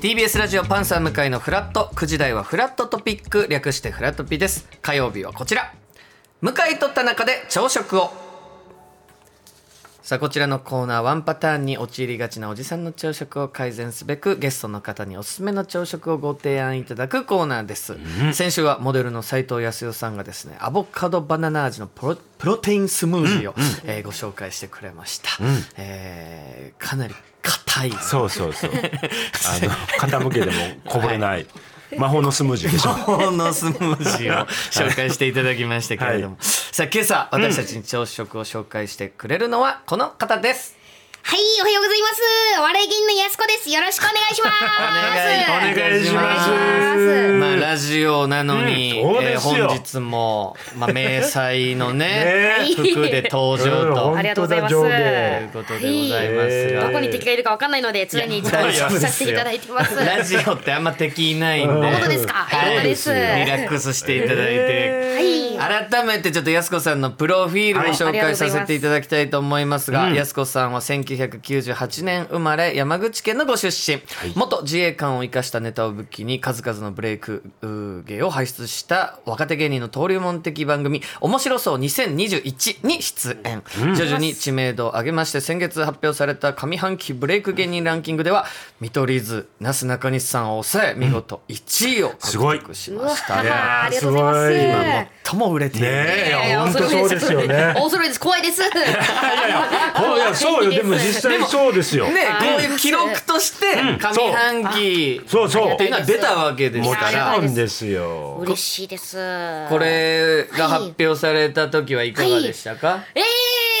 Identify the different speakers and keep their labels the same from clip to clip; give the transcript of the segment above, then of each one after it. Speaker 1: TBS ラジオパンサー向井のフラット9時台はフラットトピック略してフラトピです火曜日はこちら向井と田中で朝食をさあこちらのコーナーワンパターンに陥りがちなおじさんの朝食を改善すべくゲストの方におすすめの朝食をご提案いただくコーナーです、先週はモデルの斉藤康代さんがですねアボカドバナナ味のプロプロテインスムージーを、えーご紹介してくれました、えーかなり硬い
Speaker 2: そうそ うそう。あの傾けてもこぼれない魔法のスムージーでしょ。
Speaker 1: 魔法のスムー ジーを紹介していただきましたけれども、さあ今朝私たちに朝食を紹介してくれるのはこの方です、
Speaker 3: はい、おはようございます。お笑い芸人のやすこです。よろしくお願いします。
Speaker 1: お願いします
Speaker 3: お願いしま
Speaker 1: まあラジオなのに、
Speaker 2: うんそう
Speaker 1: え
Speaker 2: で
Speaker 1: ー
Speaker 2: すよ
Speaker 1: 本日も、まあ、迷彩のね
Speaker 2: ね
Speaker 1: 服で登場と
Speaker 3: ありがとうございます
Speaker 2: 上
Speaker 1: とい
Speaker 2: 下
Speaker 1: うことでございます
Speaker 3: す。
Speaker 1: が
Speaker 3: ど、こに敵がいるかわかんないので、常に一番
Speaker 1: いや大丈夫ですよ
Speaker 3: させていただいてます。
Speaker 1: ラジオってあんま敵いないんで
Speaker 2: うん
Speaker 3: 本当ですか
Speaker 1: はい
Speaker 3: 本当です
Speaker 1: リラックスしていただいて。
Speaker 3: はい。
Speaker 1: 改めてちょっとやす子さんのプロフィールを紹介させていただきたいと思いますが、
Speaker 2: うん
Speaker 1: やす子さんは1998年生まれ山口県のご出身、元自衛官を生かしたネタを武器に数々のブレイクうー芸を輩出した若手芸人の登竜門的番組「面白そう2021」に出演、徐々に知名度を上げまして先月発表された上半期ブレイク芸人ランキングでは見取り図なすなかにしさんを抑え見事1位を獲
Speaker 2: すごい
Speaker 1: 得し
Speaker 3: う
Speaker 1: ま
Speaker 3: わ
Speaker 1: した。
Speaker 3: ありがとうございます。
Speaker 2: すごい今
Speaker 1: 最も売れている、
Speaker 2: ねえいや
Speaker 3: いや
Speaker 2: 本当そうですよね
Speaker 3: 恐ろいです。怖いです。いやい
Speaker 2: いやそうよでも実際そうですよ。
Speaker 1: ね、
Speaker 3: はい
Speaker 1: こういう記録として上
Speaker 2: そう
Speaker 1: 半期
Speaker 2: そうそう
Speaker 1: っていうのは出たわけです
Speaker 2: も
Speaker 1: か
Speaker 2: ち
Speaker 1: ら
Speaker 2: ろんですよ。
Speaker 3: 嬉しいです。
Speaker 1: これが発表された時はいかがでしたか、
Speaker 3: ええ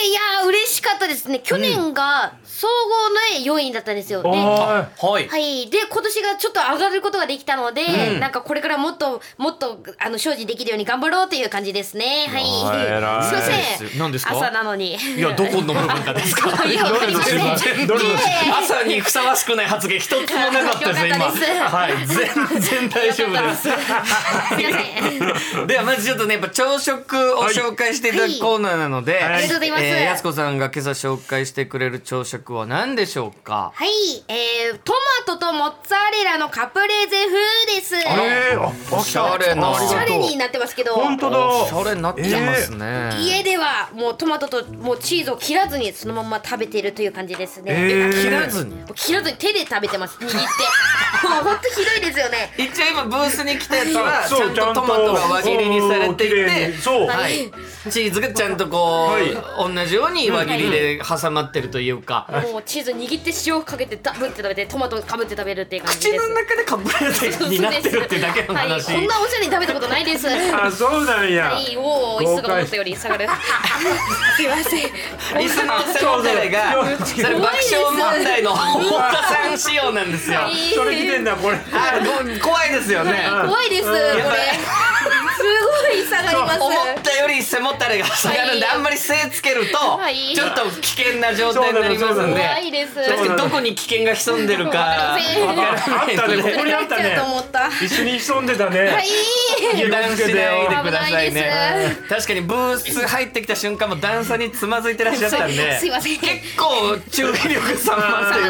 Speaker 3: いや嬉しかったですね。去年が総合の4位だったんですよ。で
Speaker 2: おーい
Speaker 1: はい、
Speaker 3: はい、で今年がちょっと上がることができたので、なんかこれからもっともっとあの精進できるように頑張ろうという感じですね。はい。
Speaker 2: わあ偉い
Speaker 3: すいません。
Speaker 1: 何ですか
Speaker 3: 朝なのに。い
Speaker 1: いやどこの部分かですか
Speaker 3: やわかりませ
Speaker 2: ど
Speaker 3: ん。
Speaker 2: れの
Speaker 3: いえいえ
Speaker 2: どれの
Speaker 1: 朝にふさわしくない発言一つもなかったですね
Speaker 3: よ
Speaker 1: 今
Speaker 3: かったです
Speaker 1: はい全然大丈夫です
Speaker 3: すいません。
Speaker 1: ではまずちょっとねやっぱ朝食を紹介していただくコーナーなので、
Speaker 2: いはいあり
Speaker 3: がとうございます
Speaker 1: えーやすこさんが今朝紹介してくれる朝食は何でしょうか
Speaker 3: はい、えー、トマトとモッツァレラのカプレーゼ風です。
Speaker 2: あれあ
Speaker 1: おしゃれな
Speaker 3: おしゃれに
Speaker 2: な。
Speaker 3: なってますけど。
Speaker 2: 本当だ。
Speaker 1: おしゃれになってますね、
Speaker 3: 家ではもうトマトともうチーズを切らずにそのまま食べてるという感じですね。
Speaker 2: えー
Speaker 1: 切らずに
Speaker 3: 切らずに手で食べてます。握って。もう本当ひどいですよね。
Speaker 1: 一応今ブースに来たやつはち
Speaker 2: そ
Speaker 1: ゃ
Speaker 2: うん
Speaker 1: とトマトが輪切りにされてい
Speaker 2: うん綺麗
Speaker 1: て
Speaker 2: にそう
Speaker 1: はい、チーズがちゃんとこう、同じように輪切りで挟まってるというか、
Speaker 3: もうチーズ握って塩かけてダブって食べてトマトかぶって食べるっていう感じ
Speaker 1: 口
Speaker 3: です
Speaker 1: の中でカップレーゼになってるってだけの話、
Speaker 3: はい、こんなおしゃれに食べたことないですは
Speaker 2: あそうなんや。
Speaker 3: い、おお椅子が思ったより下がるすいません
Speaker 1: リスナー背もたれがそれ爆笑問題の太田さん仕様なんですよ
Speaker 3: はい
Speaker 2: それ来てんだこれ。
Speaker 1: あご怖いですよね
Speaker 3: 怖いですこれ
Speaker 1: やばい
Speaker 3: すごい下がります
Speaker 1: 思ったより背もたれが下がるんで、
Speaker 3: はい
Speaker 1: あんまり背つけると、
Speaker 3: はい
Speaker 1: ちょっと危険な状態になります
Speaker 2: そうなのそ
Speaker 1: ん
Speaker 2: う
Speaker 1: で
Speaker 2: な
Speaker 3: 怖いです
Speaker 1: 確かにどこに危険が潜んでる かわ
Speaker 3: わ
Speaker 2: あ
Speaker 1: から
Speaker 2: あ
Speaker 1: な
Speaker 2: っ
Speaker 1: い
Speaker 2: た
Speaker 1: の
Speaker 2: ねこ
Speaker 1: で
Speaker 2: こにあったね。
Speaker 3: と思ったはい
Speaker 2: 一緒に潜んでたね。
Speaker 1: 油断しないでください
Speaker 3: 危な
Speaker 1: ね
Speaker 3: い
Speaker 1: 確かにブース入ってきた瞬間も段差につまずいてらっしゃったんです
Speaker 3: いません
Speaker 1: 結構注意力散漫とい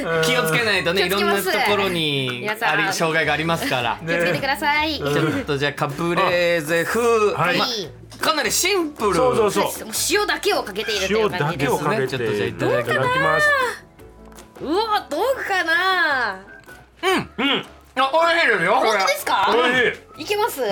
Speaker 1: うか
Speaker 2: うん
Speaker 1: 気をつけないとねい
Speaker 3: 気を
Speaker 1: ろん
Speaker 3: つけ
Speaker 1: な
Speaker 3: ます
Speaker 1: ところに
Speaker 3: 皆さ
Speaker 1: あ
Speaker 3: ん
Speaker 1: り障害がありますから
Speaker 3: 気をつけてください、
Speaker 1: ちょっとじゃあカプレーゼ風、
Speaker 2: はい
Speaker 1: まかなりシンプル
Speaker 2: そうそうそう。
Speaker 3: もう塩だけをかけているとい
Speaker 2: 塩
Speaker 3: う感
Speaker 2: だ
Speaker 3: じ
Speaker 2: け
Speaker 3: です
Speaker 2: をかけ
Speaker 1: ちょっとじゃあ
Speaker 2: て
Speaker 1: い
Speaker 2: い
Speaker 1: た
Speaker 2: た
Speaker 1: だ
Speaker 2: だ
Speaker 1: き
Speaker 2: き
Speaker 1: ます
Speaker 2: ます。
Speaker 3: うわどうかな
Speaker 1: あ美味しいですよこれ
Speaker 3: 本当ですか
Speaker 2: 美味し
Speaker 3: いけます、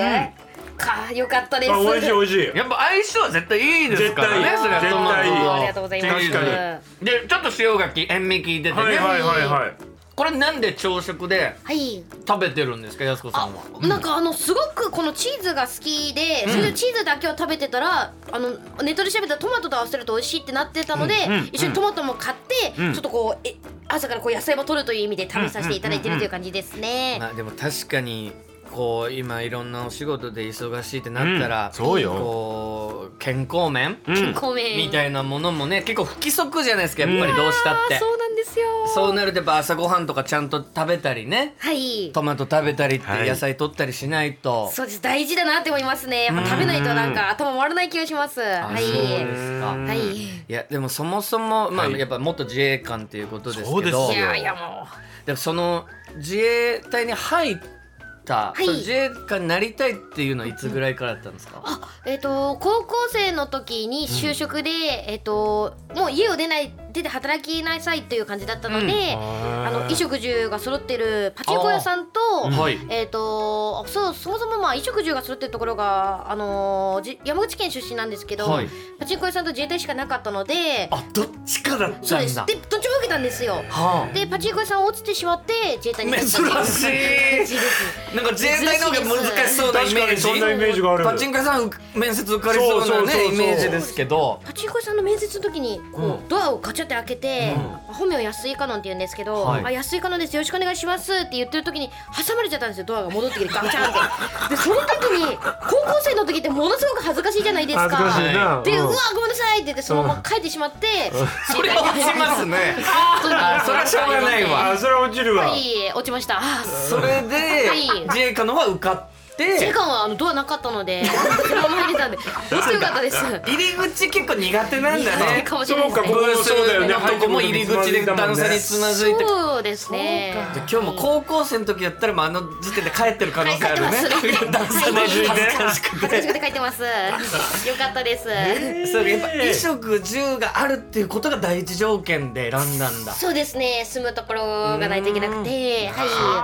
Speaker 3: かよかったで
Speaker 2: い。
Speaker 3: す
Speaker 2: あ美味しい美味しい。
Speaker 1: やっぱ相性は絶対いいですからね
Speaker 2: 絶対いい
Speaker 1: それはトマト
Speaker 2: 絶対いい
Speaker 3: ありがとうございま
Speaker 2: 確
Speaker 3: す
Speaker 2: かに
Speaker 1: でちょっと塩がき塩味効いててね、
Speaker 2: はいはいはいはい。
Speaker 1: これなんで朝食で
Speaker 3: はい
Speaker 1: 食べてるんですかやすこさんは
Speaker 3: なんかあのすごくこのチーズが好きで、それでチーズだけを食べてたらあのネットで調べたらトマトと合わせると美味しいってなってたので、一緒にトマトも買って、ちょっとこうえ朝からこう野菜も取るという意味で食べさせていただいてるという感じですね。
Speaker 1: まあでも確かにこう今いろんなお仕事で忙しいってなったら、
Speaker 2: うんそうよ
Speaker 1: こう健康面、
Speaker 2: うん。
Speaker 3: ごめん
Speaker 1: みたいなものもね結構不規則じゃないですかやっぱりどうしたって、
Speaker 3: あーそうなんですよ
Speaker 1: そうなるとやっぱ朝ごはんとかちゃんと食べたりね
Speaker 3: はい
Speaker 1: トマト食べたりって
Speaker 2: はい
Speaker 1: 野菜取ったりしないと、
Speaker 3: そうです大事だなって思いますねやっぱ食べないとなんか頭回らない気がします
Speaker 1: あ
Speaker 3: は
Speaker 1: そう
Speaker 3: い
Speaker 1: ですか
Speaker 3: はい
Speaker 1: いやでもそもそも、まあ、
Speaker 2: はい
Speaker 1: やっぱ元自衛官ということですけど
Speaker 2: そうですよ
Speaker 3: いやいやも
Speaker 1: でもその自衛隊に入った、
Speaker 3: はい
Speaker 1: その自衛官になりたいっていうのはいつぐらいからだったんですか、
Speaker 3: うえっ、と高校生の時に就職で、えっ、ともう家を出ない出て働きなさいという感じだったので、
Speaker 1: うん
Speaker 3: あ
Speaker 2: あ
Speaker 3: の衣食住が揃ってるパチンコ屋さんと
Speaker 1: あーはい
Speaker 3: えっ、とそうそもそもまあ衣食住が揃ってるところがあのーじ山口県出身なんですけど、
Speaker 1: はい
Speaker 3: パチンコ屋さんと自衛隊しかなかったので、
Speaker 1: あどっちかだっ
Speaker 3: そ
Speaker 1: た
Speaker 3: うで
Speaker 1: ん
Speaker 3: す
Speaker 1: だ
Speaker 3: でどっちも受けたんですよ。
Speaker 1: は
Speaker 3: でパチンコ屋さん落ちてしまって自衛隊
Speaker 1: あ
Speaker 3: に入
Speaker 1: 珍
Speaker 3: った
Speaker 1: し
Speaker 3: っていう感
Speaker 1: い
Speaker 3: じです。
Speaker 1: なんか自衛隊の方が難しそうなイ
Speaker 2: 確
Speaker 1: メ
Speaker 2: か
Speaker 1: ー
Speaker 2: に
Speaker 1: ジ
Speaker 2: そんなイメージがある
Speaker 1: パチンコ屋さんう面接受かりそうな
Speaker 2: そうそうそう
Speaker 1: ね
Speaker 2: そう
Speaker 1: イメージですけど
Speaker 3: パチンコ屋さんの面接の時にこう、ドアをガチャって開けて、本名安井かなんて言うんですけど「
Speaker 1: はい
Speaker 3: あ安井かなんですよろしくお願いします」って言ってる時に挟まれちゃったんですよドアが戻ってきてガチャンって。でその時に高校生の時ってものすごく恥ずかしいじゃないですか。
Speaker 2: 恥ずかしいな。
Speaker 3: で「う
Speaker 2: うん
Speaker 3: わごめんなさい」って言ってそのまま帰ってしまって
Speaker 1: それは落ちますねあそれはしょうがないわ
Speaker 2: あ、それは落ちるわ。
Speaker 3: はい落ちました。
Speaker 1: それで
Speaker 3: はい
Speaker 1: 自衛官の方は受かって
Speaker 3: 時間はあのドアなかったので そのまま入れたんで本当よかったです。
Speaker 1: 入り口結構苦手なんだ
Speaker 3: い
Speaker 1: ね
Speaker 3: いかもしれないです
Speaker 2: そうか
Speaker 3: ね。
Speaker 2: 僕そうだよね
Speaker 1: ブースのとこも入り口で段差につまずいて
Speaker 3: そうですね。
Speaker 1: じゃあ今日も高校生の時やったらもうあの時点で帰ってる可能性あるね。ダンスの時恥ずかしく。
Speaker 3: 恥ずかしてくて書い てます。よかったです。
Speaker 1: そうやっぱ衣食住があるっていうことが第一条件で選んだんだ。
Speaker 3: そうですね。住むところがないといけなくて、は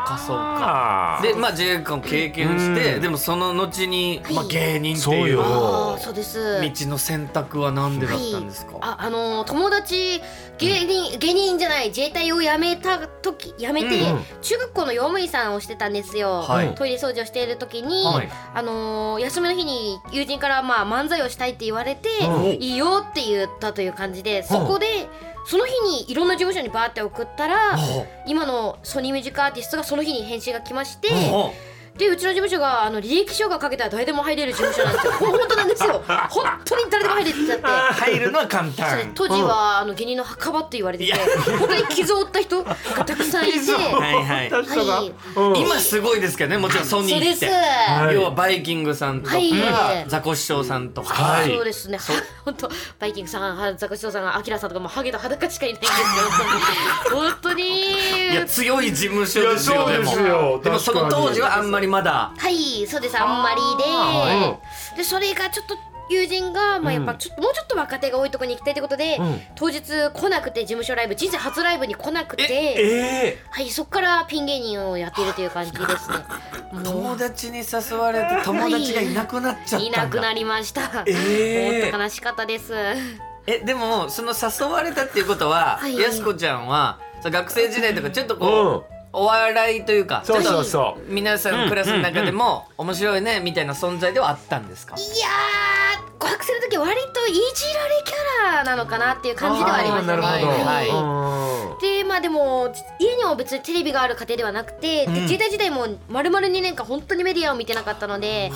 Speaker 1: あそうか。
Speaker 2: あ
Speaker 1: でまあ自衛官を経験してでもその後に、まあ、芸人って
Speaker 2: そう
Speaker 1: いう道
Speaker 2: よ
Speaker 3: い。ああ、そうです。
Speaker 1: の選択は何でだったんですか、
Speaker 3: はい、ああのー友達芸人、芸人じゃない自衛隊を辞めた時辞めて、
Speaker 1: うん
Speaker 3: 中学校の用務員さんをしてたんですよ、
Speaker 1: はい
Speaker 3: トイレ掃除をしている時に、
Speaker 1: はい
Speaker 3: あのー休みの日に友人から、まあ、漫才をしたいって言われて、
Speaker 1: うん
Speaker 3: いいよって言ったという感じでそこで、その日にいろんな事務所にバーって送ったら、
Speaker 1: うん
Speaker 3: 今のソニーミュージックアーティストがその日に返信が来まして、
Speaker 1: おう
Speaker 3: でうちの事務所があの履歴書がかけたら誰でも入れる事務所なんですよほん本当なんです よ本当に誰でも入れてちゃって。
Speaker 1: 入るのは簡
Speaker 3: そうです
Speaker 1: 単。
Speaker 3: 当時は、あの芸人の墓場って言われてて本当に傷を負った人がたくさんいては
Speaker 1: はいはい
Speaker 2: あ。人が
Speaker 3: い
Speaker 2: うん
Speaker 1: 今すごいですけどねもちろんソニ
Speaker 3: そうで
Speaker 1: ーっ
Speaker 3: す、
Speaker 1: て。
Speaker 2: はい
Speaker 1: 要はバイキングさんとか、
Speaker 3: はい
Speaker 1: ザコシショウさんとか、
Speaker 2: はい
Speaker 3: そうですね 本当バイキングさんはザコシショウさんがアキラさんとかもうハゲと裸しかいないんですけど本当に
Speaker 1: いや強い事務所ですよ
Speaker 2: いや
Speaker 1: で
Speaker 2: そう
Speaker 1: も
Speaker 2: ですよ
Speaker 1: でもその
Speaker 2: 確かに
Speaker 1: 当時はあんまりまだ
Speaker 3: はいそうですあんまり
Speaker 2: は
Speaker 3: ででそれがちょっと友人が、まあ、やっぱちょっと、もうちょっと若手が多いところに行きたいってことで、
Speaker 2: うん
Speaker 3: 当日来なくて事務所ライブ人生初ライブに来なくて
Speaker 2: え
Speaker 3: はいそこからピン芸人をやっているという感じですねもう
Speaker 1: 友達に誘われて友達がいなくなっちゃったんだ、
Speaker 3: いなくなりました。
Speaker 1: えー
Speaker 3: もっと悲しかったです。
Speaker 1: えでもその誘われたっていうことは、
Speaker 3: はい
Speaker 1: やすこちゃんはその学生時代とかちょっと
Speaker 2: えうん
Speaker 1: こう、。お笑いというか
Speaker 2: そ
Speaker 1: ちょ
Speaker 2: う
Speaker 1: っ
Speaker 2: そ
Speaker 1: と
Speaker 2: うそう。
Speaker 1: 皆さんのクラスの中でも、面白いねみたいな存在ではあったんですか
Speaker 3: いやー、告白する時割といじられキャラなのかなっていう感じではありました
Speaker 1: あー
Speaker 3: ね。
Speaker 1: なるほどはい
Speaker 2: は
Speaker 3: でまあでも家にも別にテレビがある家庭ではなくて、で
Speaker 1: うん
Speaker 3: 自衛隊時代も丸々2年間本当にメディアを見てなかったので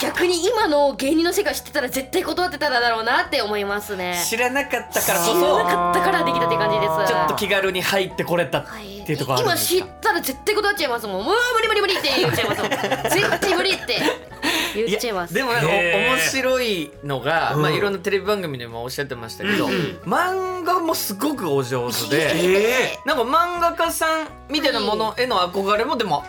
Speaker 3: 逆に今の芸人の世界を知ってたら絶対断ってただろうなって思いますね
Speaker 1: 知らなかったからこ
Speaker 3: 知らな
Speaker 1: そ
Speaker 3: かったからできたって感じです
Speaker 1: ちょっと気軽に入ってこれたっ
Speaker 3: はい
Speaker 1: ていうところあるん
Speaker 3: 今
Speaker 1: です
Speaker 3: 知っ
Speaker 1: か、
Speaker 3: たら絶対断っちゃいますもんもう無理無理無理って言っちゃいます もん絶対無理って言っちゃいます
Speaker 1: でもなんかお
Speaker 2: へー
Speaker 1: 面白いのが、
Speaker 2: うん
Speaker 1: まあ、いろんなテレビ番組でもおっしゃってましたけど、
Speaker 2: うん
Speaker 1: 漫画もすごくお上手
Speaker 2: い。
Speaker 1: で
Speaker 2: え
Speaker 1: なんか漫画家さんみたいなものへの憧れもでも、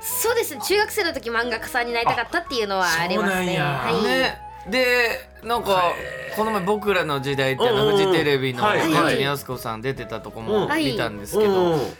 Speaker 3: そうです中学生の時漫画家さんになりたかったっていうのはありますね
Speaker 2: あ
Speaker 3: は
Speaker 2: そう
Speaker 3: い、
Speaker 1: ねでなんかこの前「僕らの時代」ってあの
Speaker 2: うんうん
Speaker 1: フ
Speaker 2: うん
Speaker 1: ジテレビの
Speaker 2: はい
Speaker 1: 夏にやす子さん出てたとこも
Speaker 2: はい
Speaker 1: 見たんです
Speaker 2: え
Speaker 1: けど、
Speaker 2: うん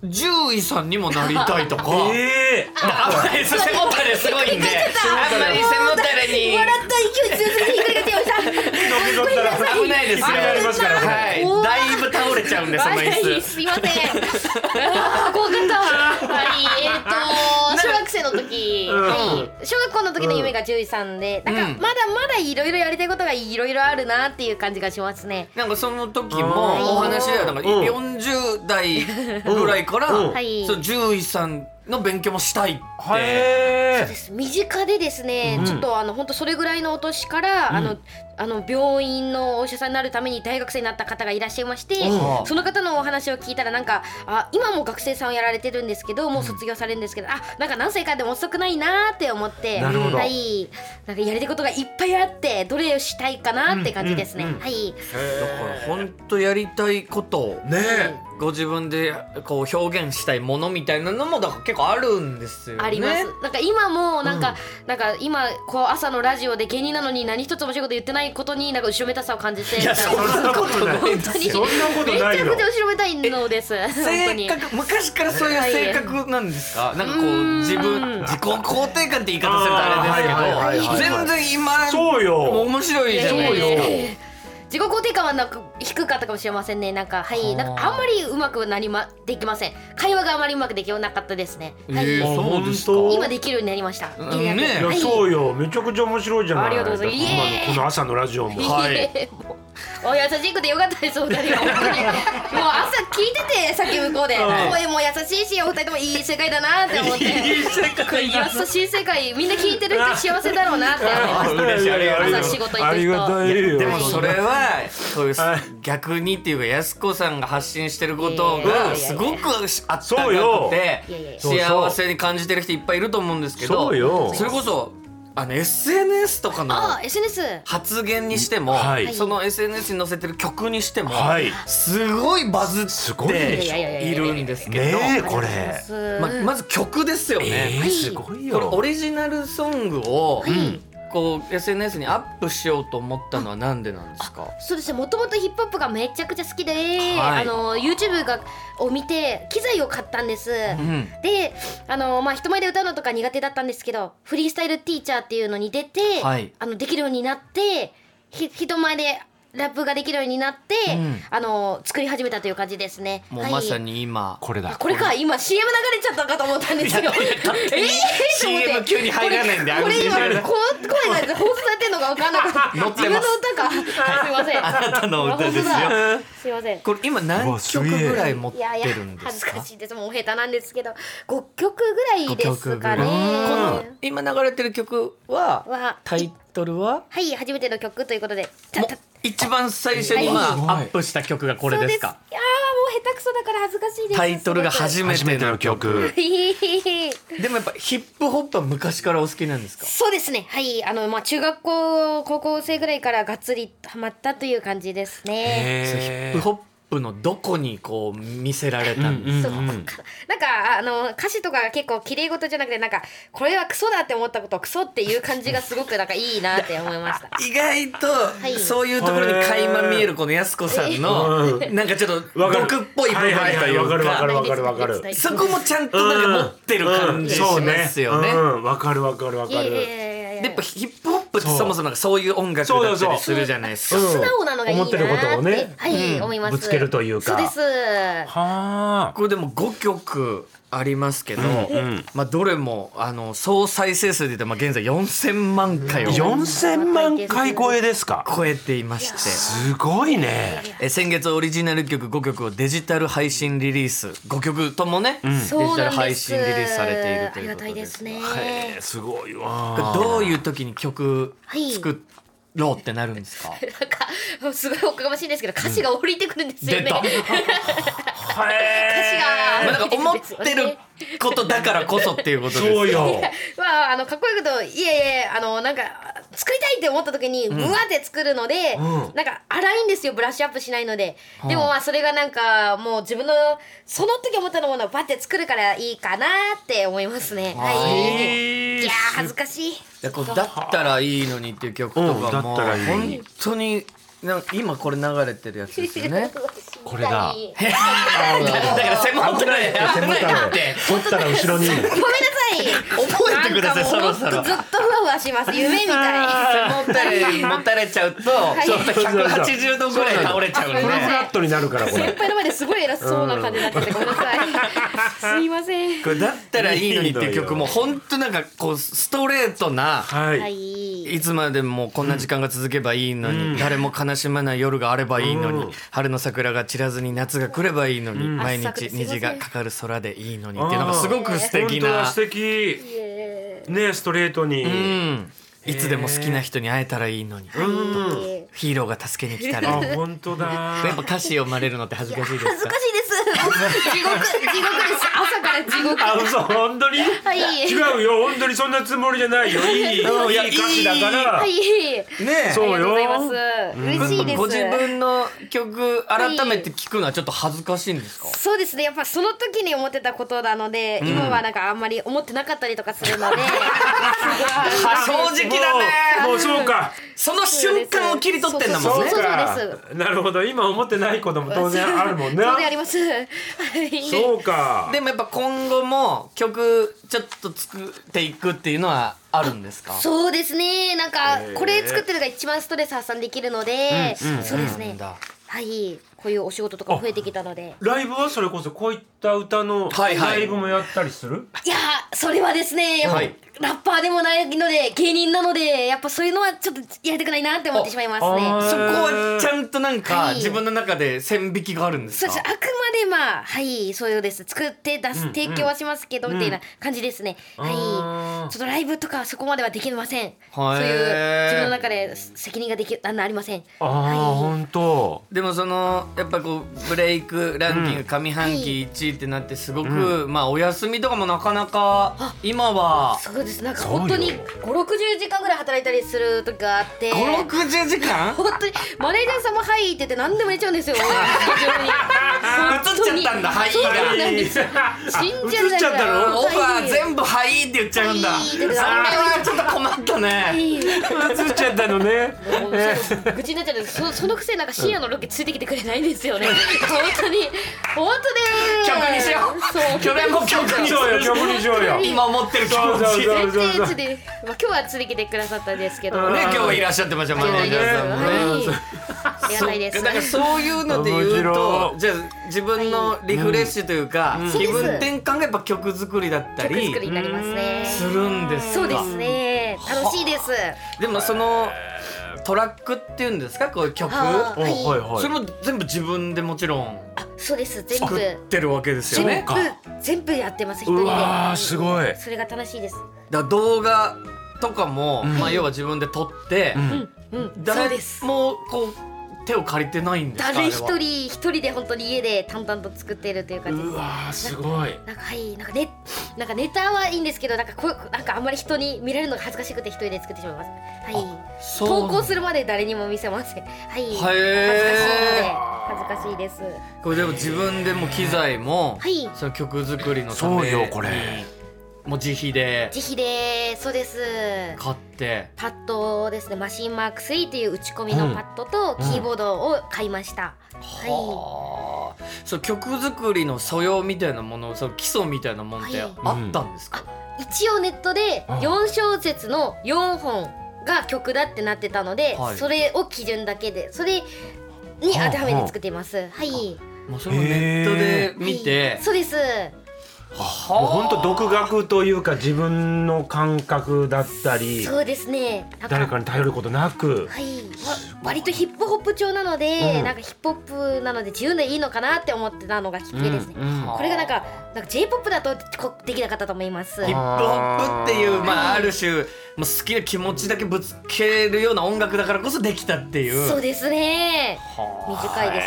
Speaker 1: 獣医さんにもなりたいとか。
Speaker 2: ええ。
Speaker 1: あんまり背もたれすごいんであんまり背もたれに
Speaker 3: 笑った勢い強すぎてひっくり返ってや
Speaker 2: のけぞったら
Speaker 1: 危ないですよ
Speaker 2: ひっくり返りますからこれ
Speaker 1: はいだいぶ倒れちゃうんでその
Speaker 3: めましたはい
Speaker 1: 椅子
Speaker 3: すいませんあー怖かったはいえーっと小学生の時、
Speaker 2: うん
Speaker 3: はい、小学校の時の夢が獣医さんでなんか
Speaker 1: うん
Speaker 3: まだまだいろいろやりたいことがいろいろあるなっていう感じがしますね
Speaker 1: なんかその時
Speaker 2: うん
Speaker 1: もお話ではなんか
Speaker 2: うん
Speaker 1: 40代ぐらいから
Speaker 2: うん
Speaker 3: はい
Speaker 1: その獣医さんの勉強もしたいって
Speaker 2: へえ
Speaker 3: です身近でですね、
Speaker 2: うん
Speaker 3: ちょっとあの本当それぐらいのお年から、あのあの病院のお医者さんになるために大学生になった方がいらっしゃいまして
Speaker 1: おう
Speaker 3: その方のお話を聞いたらなんかあ今も学生さんをやられてるんですけどもう卒業されるんですけど、あなんか何歳かでも遅くないなーって思って
Speaker 2: なるほど
Speaker 3: はい、なんかやりたいことがいっぱいあってどれをしたいかなーって感じですね。
Speaker 2: うんうんうん
Speaker 3: はい
Speaker 1: だから本当やりたいことを
Speaker 2: ねえ
Speaker 1: ご自分でこう表現したいものみたいなのもだから結構あるんですよね。
Speaker 3: あります。なんか今もなんか、なんか今こう朝のラジオで芸人なのに何一つ面白いこと言ってないことになんか後ろめたさを感じて
Speaker 1: いやそんなことない
Speaker 3: 本当に
Speaker 2: そんなこと
Speaker 3: めちゃ
Speaker 2: な
Speaker 3: く
Speaker 2: い
Speaker 3: ちゃ
Speaker 2: よ
Speaker 3: 後ろめたいのです。本当
Speaker 1: 性
Speaker 3: に。
Speaker 1: 格昔からそういう性格なんですか、なんかこ
Speaker 3: う
Speaker 1: うん自分自己肯定感って言い方すると
Speaker 2: あー
Speaker 1: あ
Speaker 2: は
Speaker 1: れ
Speaker 2: い
Speaker 1: で
Speaker 2: はい
Speaker 1: す
Speaker 2: はい
Speaker 1: けど
Speaker 2: は
Speaker 1: 全
Speaker 2: い
Speaker 1: 然今
Speaker 2: そうよ
Speaker 1: もう面白いじゃない
Speaker 3: いやい
Speaker 1: で
Speaker 3: や
Speaker 1: す
Speaker 3: い
Speaker 1: か
Speaker 3: やいや自己肯定感はなんか低かったかもしれませんね。なんかはい、なんかあんまりうまくなりまできません。会話があまりうまくできなかったですね。はい。
Speaker 1: えー
Speaker 2: あ
Speaker 1: そうですか
Speaker 2: 本当
Speaker 3: 今できるようになりました。
Speaker 1: うんね
Speaker 2: いやそうよめちゃくちゃ面白いじゃない
Speaker 3: ありがとうございます
Speaker 2: だって今のこの朝のラジオ も
Speaker 1: はい
Speaker 3: い。もうお優しくてよかったですお二人は本当にもう朝聞いててさっき向こうで
Speaker 2: うん
Speaker 3: 声も優しいしお二人ともいい世界だなって思って優しい世界みんな聞いてる人幸せだろうなって思いま
Speaker 1: 嬉しいありがとう
Speaker 3: 朝仕事行く人
Speaker 2: ありがたいよ
Speaker 1: でもそれはそういう
Speaker 2: はい
Speaker 1: 逆にっていうか安子さんが発信してること
Speaker 3: いやいやい
Speaker 1: が
Speaker 3: や
Speaker 1: すごくあったか
Speaker 2: そう
Speaker 1: く
Speaker 2: よ
Speaker 1: て
Speaker 3: いやいやいや
Speaker 1: 幸せに感じてる人いっぱいいると思うんですけど
Speaker 2: そうよ
Speaker 1: それこそあの SNS とかの
Speaker 3: あ SNS
Speaker 1: 発言にしても、
Speaker 2: はい
Speaker 1: その SNS に載せてる曲にしても、
Speaker 2: はい
Speaker 1: すごいバズ
Speaker 2: す
Speaker 1: っ
Speaker 2: ごいで
Speaker 3: しょ
Speaker 1: ているんですけど、
Speaker 2: ねえこれ
Speaker 1: ま
Speaker 3: ま
Speaker 1: まず曲ですよね。
Speaker 2: えーすごいよ
Speaker 1: オリジナルソングを、
Speaker 3: い
Speaker 1: こう SNS にアップしようと思ったのはなんでなんですか。
Speaker 3: そうですねもともとヒップホップがめちゃくちゃ好きで、
Speaker 1: はい
Speaker 3: あの YouTube がを見て機材を買ったんです、
Speaker 1: うん
Speaker 3: であの、まあ、人前で歌うのとか苦手だったんですけどフリースタイルティーチャーっていうのに出て、
Speaker 1: はい
Speaker 3: あのできるようになってひ人前でラップができるようになって、
Speaker 1: うん
Speaker 3: あの作り始めたという感じですね。
Speaker 1: もう
Speaker 3: はい
Speaker 1: まさに今、
Speaker 2: これだ
Speaker 3: あこれか今 CM 流れちゃったかと思ったんですよ。
Speaker 1: 勝手に CM 急に入らないんで
Speaker 3: これ
Speaker 1: 安心してくださ
Speaker 3: 今
Speaker 1: い
Speaker 3: こ声が放送されてるのか分かんなかった。
Speaker 1: 乗ってます
Speaker 3: 自分の歌か。すいません。
Speaker 1: あ なたの歌ですよ
Speaker 3: 本当だ。すいません。
Speaker 1: これ今
Speaker 2: う
Speaker 1: 何
Speaker 2: わす
Speaker 1: 曲
Speaker 2: げえ
Speaker 1: ぐらい持っ
Speaker 3: いやいや
Speaker 1: てるんで
Speaker 3: 恥
Speaker 1: す
Speaker 3: ず
Speaker 1: か。
Speaker 3: かしいですもう下手なんですけど5曲ぐらいですかね
Speaker 1: 五曲ぐらい
Speaker 3: は
Speaker 1: 今流れてる曲はタイトルは。
Speaker 3: い初めての曲ということでた
Speaker 1: も
Speaker 3: た
Speaker 1: 一番最初にまあ
Speaker 2: はい
Speaker 1: アップした曲がこれですか
Speaker 3: そういやーもう下手くそだから恥ずかしいです
Speaker 1: タイトルが初め
Speaker 2: 初め
Speaker 1: て
Speaker 2: て
Speaker 1: の
Speaker 2: の曲
Speaker 3: めて
Speaker 1: でもやっぱヒップホップは昔からお好きなんですか
Speaker 3: そうですねはいあのまあ中学校高校生ぐらいからがっつりハマったという感じですね
Speaker 1: ヒッ
Speaker 2: へ
Speaker 1: プホップのどこにこう見せられたんです
Speaker 2: うん
Speaker 3: そうここからなんかあの歌詞とかが結構綺麗事じゃなくてなんかこれはクソだって思ったことをクソっていう感じがすごくなんかいいなって思いました
Speaker 1: 意外
Speaker 3: い
Speaker 1: とそういうところに垣間見えるこのやす子さんの
Speaker 2: う
Speaker 1: なんかちょっと
Speaker 2: わかる
Speaker 1: 毒っぽい部分
Speaker 2: はい
Speaker 1: と
Speaker 2: はい
Speaker 1: い
Speaker 2: は
Speaker 1: う
Speaker 2: いわかるわか
Speaker 1: か
Speaker 2: るわかるわかる
Speaker 1: そこもちゃんとなんか持ってる感じしますよね
Speaker 2: うんうんわかるわかるわ
Speaker 3: いや
Speaker 2: か
Speaker 3: い
Speaker 2: る
Speaker 3: やいやいやいや
Speaker 1: でやっぱヒップホップってそもそもなんかそういう音楽だったりするじゃないですか
Speaker 2: そう
Speaker 3: 素直なのがいいなーって
Speaker 2: 思ってることをね
Speaker 3: はい、
Speaker 1: うん
Speaker 3: 思います
Speaker 2: ぶつけるというか
Speaker 3: そうです
Speaker 2: は
Speaker 1: これでも5曲ありますけど、
Speaker 2: ん
Speaker 1: まあ、どれもあの総再生数で言うとまあ現在4,000万回
Speaker 2: あ
Speaker 1: を
Speaker 2: 4000万回超えですか
Speaker 1: 超えていまして
Speaker 2: すごいね
Speaker 1: え先月オリジナル曲5曲をデジタル配信リリース5曲ともね、デジ
Speaker 3: そう
Speaker 1: タル
Speaker 3: なんです
Speaker 1: 配信リリースされているということ
Speaker 3: ありがたい
Speaker 1: で
Speaker 3: ですね
Speaker 2: へえすごい
Speaker 1: これ
Speaker 2: わ
Speaker 1: どういう時に曲
Speaker 3: はい
Speaker 1: 作ろうってなるんです か、
Speaker 3: なんかもうすごいおこがましいんですけど歌詞が降りてくるんですよ
Speaker 1: 出
Speaker 3: ね、
Speaker 1: た
Speaker 3: 歌詞
Speaker 1: まあ
Speaker 3: が
Speaker 1: なんか思ってることだからこそっていうことです
Speaker 2: そうよ
Speaker 3: まあ、あのかっこいいこといえいえあのなんか作りたいって思った時にうわって作るので、
Speaker 2: ん
Speaker 3: なんか荒いんですよブラッシュアップしないので、で
Speaker 1: はあ
Speaker 3: もまあそれがなんかもう自分のその時思ったものをバッて作るからいいかなって思いますねはいいやー恥ずかしい
Speaker 1: いやこうだったらいいのにっていう曲と
Speaker 2: うん
Speaker 1: か
Speaker 2: だっ
Speaker 1: も
Speaker 2: たらいいのに
Speaker 1: 本当になんか今これ流れてるやつですよ ね
Speaker 2: これだ
Speaker 1: だから背もたれ
Speaker 2: 背 もたれ
Speaker 1: って
Speaker 2: 取ったら後ろに
Speaker 3: ごめんなさい
Speaker 1: 覚えてくださいそ
Speaker 3: なんか
Speaker 1: ろ
Speaker 3: もう
Speaker 1: そろ
Speaker 3: ずっとふわふわします夢みたい
Speaker 1: 背もたれ持たれちゃうとち
Speaker 3: い
Speaker 1: ょっと180度ぐらい倒れちゃうの
Speaker 2: フラフ
Speaker 1: ね
Speaker 2: ラっとになるからこ
Speaker 3: 先
Speaker 2: れ
Speaker 3: 輩の前ですごい偉そうな感じになっちゃってごめんなさいすいません
Speaker 1: これだったらいいのにっていう曲も本当なんかこうストレートな
Speaker 2: はい
Speaker 3: はい
Speaker 1: いつまでもこんな時間が続けばいいのに、誰も悲しまない夜があればいいのに、
Speaker 2: うん
Speaker 1: 春の桜が散らずに夏が来ればいいのに、
Speaker 2: ん
Speaker 1: 毎
Speaker 3: あっさ
Speaker 1: 日
Speaker 3: くてすいません
Speaker 1: 虹がかかる空でいいのにっていうのがすごく素
Speaker 2: 本
Speaker 1: 敵
Speaker 2: 当だ
Speaker 1: な
Speaker 2: 素敵
Speaker 3: えー
Speaker 2: ねストレートに、
Speaker 1: うんいつでも好きな人に会えたらいいのに
Speaker 2: うん
Speaker 1: ヒーローが助けに来た
Speaker 2: あ
Speaker 1: ら
Speaker 2: 本当 だ
Speaker 1: やっぱ歌詞読まれるのって恥ずかしいです
Speaker 3: 恥 ず
Speaker 1: か
Speaker 3: かしいです。もう地獄、地獄です。朝から地獄。
Speaker 2: あ嘘本当に
Speaker 3: はい。
Speaker 2: 違うよ本当にそんなつもりじゃないよいいいい
Speaker 1: うんいや
Speaker 2: 歌詞だから、
Speaker 3: はい。
Speaker 1: ね
Speaker 2: そうよ
Speaker 3: ありがとうございます。嬉しいです。
Speaker 1: ご自分の曲改めて聞くのはちょっと恥ずかしいんですか、
Speaker 3: そうですねやっぱその時に思ってたことなので、今はなんかあんまり思ってなかったりとかするので
Speaker 1: は正直だね
Speaker 2: もうもうそうか
Speaker 1: その瞬間を切り取ってんだもん
Speaker 2: そ
Speaker 1: ね
Speaker 2: う
Speaker 3: そう
Speaker 2: か
Speaker 3: そう
Speaker 2: なるほど今思ってないことも当然あるもんね
Speaker 3: そうでありますはい
Speaker 2: そうか
Speaker 1: でもやっぱ今後も曲ちょっと作っていくっていうのはあるんですか
Speaker 3: そうですねなんか
Speaker 2: へえ
Speaker 3: これ作ってるのが一番ストレス発散できるので、そうです
Speaker 1: なん
Speaker 3: ね
Speaker 1: だ
Speaker 3: はいこういうお仕事とかも増えてきたので
Speaker 2: ライブはそれこそこういった歌の
Speaker 1: はいは
Speaker 2: ラ
Speaker 1: い
Speaker 2: イブもやったりする、
Speaker 3: いやーそれはですねやっぱ、
Speaker 1: はい
Speaker 3: ラッパーでもないので芸人なのでやっぱそういうのはちょっとやりたくないなって思ってしまいます
Speaker 2: あ
Speaker 3: ね
Speaker 2: あー
Speaker 1: そこはちゃんとなん
Speaker 3: は
Speaker 1: か
Speaker 3: い
Speaker 1: 自分の中で線引きがあるんです
Speaker 3: そう
Speaker 1: か
Speaker 3: ですあくまでまあはいそういうです作って出す提供はしますけど、みたいな感じですね、
Speaker 2: あ
Speaker 3: はい
Speaker 2: ー
Speaker 3: ちょっとライブとかはそこまではできません
Speaker 1: ー
Speaker 3: そういう自分の中で責任ができあんなありません
Speaker 2: ああ本当
Speaker 1: でもそのやっぱこうブレイクランキング上半期1位ってなってすごく、まあお休みとかもなかなか今は
Speaker 3: そうですなんか
Speaker 2: そうよ
Speaker 3: 本当に560時間ぐらい働いたりする時があって
Speaker 1: 560時間
Speaker 3: 本当にマネージャーさんも「はい」って言って何でも入れちゃうんですよスタジオに
Speaker 1: 映っちゃったんだはい
Speaker 3: そうなん
Speaker 1: が
Speaker 3: ですよ信じられ
Speaker 2: 映
Speaker 3: ない
Speaker 2: っちゃったの
Speaker 1: オファー
Speaker 3: 部
Speaker 1: 全部はいって言っちゃうんだ
Speaker 3: はい
Speaker 1: それはちょっと困ったね
Speaker 2: 映っちゃったのね
Speaker 3: もうそう愚痴になっちゃうんですそそのくせなんか深夜のロケついてきてくれないんですよね本当に本当
Speaker 1: 曲
Speaker 3: ね
Speaker 1: にしよ
Speaker 3: そう
Speaker 1: う去年も曲にしよ
Speaker 2: そうよ曲にしようよ
Speaker 1: う今思ってる気持
Speaker 2: そうそう
Speaker 1: ち
Speaker 2: そ
Speaker 1: ね
Speaker 2: う
Speaker 3: 全然ついてまあ今日はついてきてくださったんですけど
Speaker 2: うん
Speaker 1: 今日はいらっしゃってましたマ
Speaker 3: あり
Speaker 1: ネージ
Speaker 3: が
Speaker 1: ャーさんもね
Speaker 3: たいですはいありがたいです
Speaker 1: そっかだからそういうので言うと
Speaker 2: 面白い
Speaker 1: じゃあ自分のリフレッシュというか、
Speaker 3: ん
Speaker 1: 気分転換がやっぱ曲作りだった
Speaker 3: 曲
Speaker 1: り
Speaker 3: 作りになりますね
Speaker 1: するんですか
Speaker 3: そうですね楽しいです
Speaker 1: でもそのトラックっていうんですかこういう曲、
Speaker 3: は
Speaker 2: お
Speaker 3: い
Speaker 2: はいはい
Speaker 1: それも全部自分でもちろん
Speaker 3: あそうです全
Speaker 1: 作
Speaker 3: 部
Speaker 1: ってるわけですよ
Speaker 3: 全
Speaker 1: ね
Speaker 3: 部
Speaker 2: そうか
Speaker 3: 全部やってます一人で
Speaker 2: うわーすごい
Speaker 3: それが楽しいです
Speaker 1: だから動画とかも、まあ要は自分で撮って、
Speaker 2: うん
Speaker 3: うんそう
Speaker 1: 誰
Speaker 3: です
Speaker 1: もこう手を借りてないんですか
Speaker 3: 誰一
Speaker 1: あれ
Speaker 3: 人
Speaker 1: は
Speaker 3: 一人で本当に家で淡々と作ってるという感じです
Speaker 2: うわーすごい
Speaker 3: なんかはいなんかねなんかネタはいいんですけどなんかこうなんかあんまり人に見られるのが恥ずかしくて一人で作ってしまいますはい
Speaker 1: そう
Speaker 3: 投稿するまで誰にも見せませんはい恥ずかしいの
Speaker 1: へ
Speaker 3: で
Speaker 1: ー
Speaker 3: 恥ずかしいです
Speaker 1: これでも自分でも機材も、
Speaker 3: はい
Speaker 1: その曲作りのため
Speaker 2: そうよこれ
Speaker 1: もう自費で
Speaker 3: 自費でそうです
Speaker 1: 買って
Speaker 3: パッドですねマシンマーク3という打ち込みのパッドとキーボードを買いました、は
Speaker 1: はあ、そう曲作りの素養みたいなものその基礎みたいなもんってあ
Speaker 3: はい
Speaker 1: ったんですか、
Speaker 3: い一応ネットで
Speaker 2: うん
Speaker 3: 4小節の4本が曲だってなってたので、
Speaker 1: はい
Speaker 3: それを基準だけでそれに当てはめて作っています、はい
Speaker 1: もうそれもネットで見て、
Speaker 3: そうです
Speaker 1: は
Speaker 2: もう本当独学というか自分の感覚だったり
Speaker 3: そうですねなん
Speaker 2: 誰かに頼ることなく
Speaker 3: はい、わ割とヒップホップ調なので、
Speaker 2: うん
Speaker 3: なんかヒップホップなので自由でいいのかなって思ってたのがきっかけですね、
Speaker 2: うん
Speaker 3: これがなんかなんか J−POP だとこできなかったと思います
Speaker 1: ヒップホップっていうまあある種もう好きな気持ちだけぶつけるような音楽だからこそできたっていう
Speaker 3: そうですね
Speaker 1: は
Speaker 3: 短いです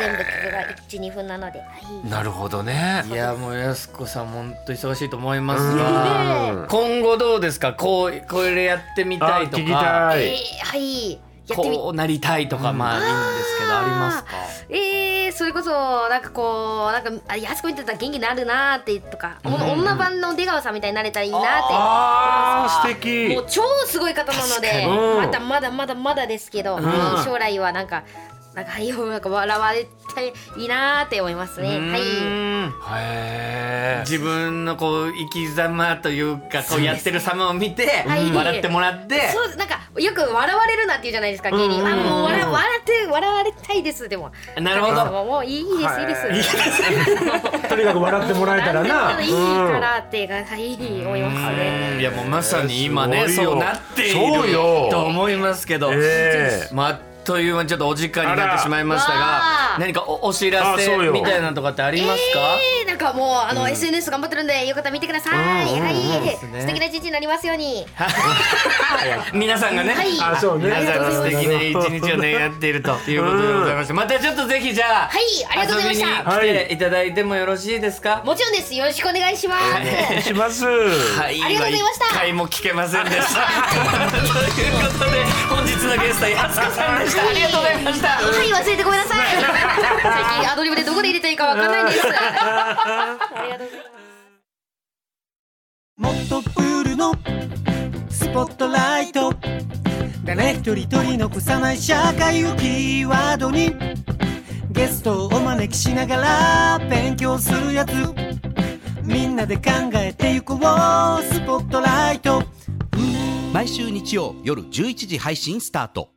Speaker 3: 全部曲が12分なので、はい、
Speaker 2: なるほどね
Speaker 1: あいやもうやすこさん本当忙しいと思いま
Speaker 2: う
Speaker 1: すが
Speaker 2: ん
Speaker 1: 今後どうですかこうこれやってみ
Speaker 2: あ
Speaker 1: たいと
Speaker 2: 聞き
Speaker 1: か
Speaker 2: た
Speaker 3: え
Speaker 2: い
Speaker 3: ーはいやってみ
Speaker 1: こうなりたいとかまあいいんですけどありますか
Speaker 3: えー、それこそなんかこうなんかあやすこ見てたら元気になるなーってとか、お
Speaker 1: うん
Speaker 3: 女版の出川さんみたいになれたらいいなーって
Speaker 2: あー素敵
Speaker 3: もう超すごい方なの
Speaker 1: 確
Speaker 3: で
Speaker 2: かに
Speaker 3: まだまだまだまだですけど、
Speaker 1: ん
Speaker 3: 将来はなんかなんかはいなんか笑われたいいなーって思いますね。は
Speaker 1: う
Speaker 3: い。
Speaker 1: ーん
Speaker 2: へ
Speaker 1: 自分のこう生き様というかこうやってる様を見て
Speaker 3: はい
Speaker 1: 笑ってもらって
Speaker 3: そうなんかよく笑われるなって言うじゃないですか芸人、
Speaker 2: うんうんうん
Speaker 3: あもう笑笑って笑われたいですでも
Speaker 1: なるほど
Speaker 3: もういいいいですいいです
Speaker 2: はい えとにかく笑ってもらえたらな
Speaker 3: 笑ってもらえたらいいからってが、はい思いますね。
Speaker 1: いやもうまさに今ね
Speaker 2: すごいよ
Speaker 1: そうなってい
Speaker 2: そうよ
Speaker 1: ると思いますけど、
Speaker 2: ええ
Speaker 1: まああっという間にちょっとお時間になってしまいました
Speaker 3: あら
Speaker 1: が
Speaker 3: わ
Speaker 1: 何かおお知ら
Speaker 2: あ
Speaker 1: せ
Speaker 2: そうよ
Speaker 1: みたいなのとかってありますか、
Speaker 3: えー、なんかもうあの、SNS 頑張ってるんでよかったら見てください、
Speaker 1: うんうんうん
Speaker 3: はい、
Speaker 1: ですね
Speaker 3: 素敵な一日になりますように
Speaker 1: 皆さんがね、
Speaker 3: はい
Speaker 2: あそうね
Speaker 1: 皆さんが素敵な一日を願っているということでございまして、またちょっとぜひじゃあ、
Speaker 3: はいありがとうございました
Speaker 1: 遊びに来ていただいてもよろしいですか。
Speaker 3: もちろんですよろしくお願いします、
Speaker 2: お願いします。
Speaker 1: はい、
Speaker 3: ありがとうございました
Speaker 1: 一回も聞けませんでした。 ということで、本日のゲスト、安子さんでした。ありがとうございました。
Speaker 3: はい忘れてごめん なさい最近アドリブでどこで入れていいかわかんないですありがとうございます
Speaker 4: もっとプールのスポットライト誰一人取り残さない社会をキーワードにゲストをお招きしながら勉強するやつみんなで考えてゆこうスポットライト
Speaker 5: 毎週日曜夜11時配信スタート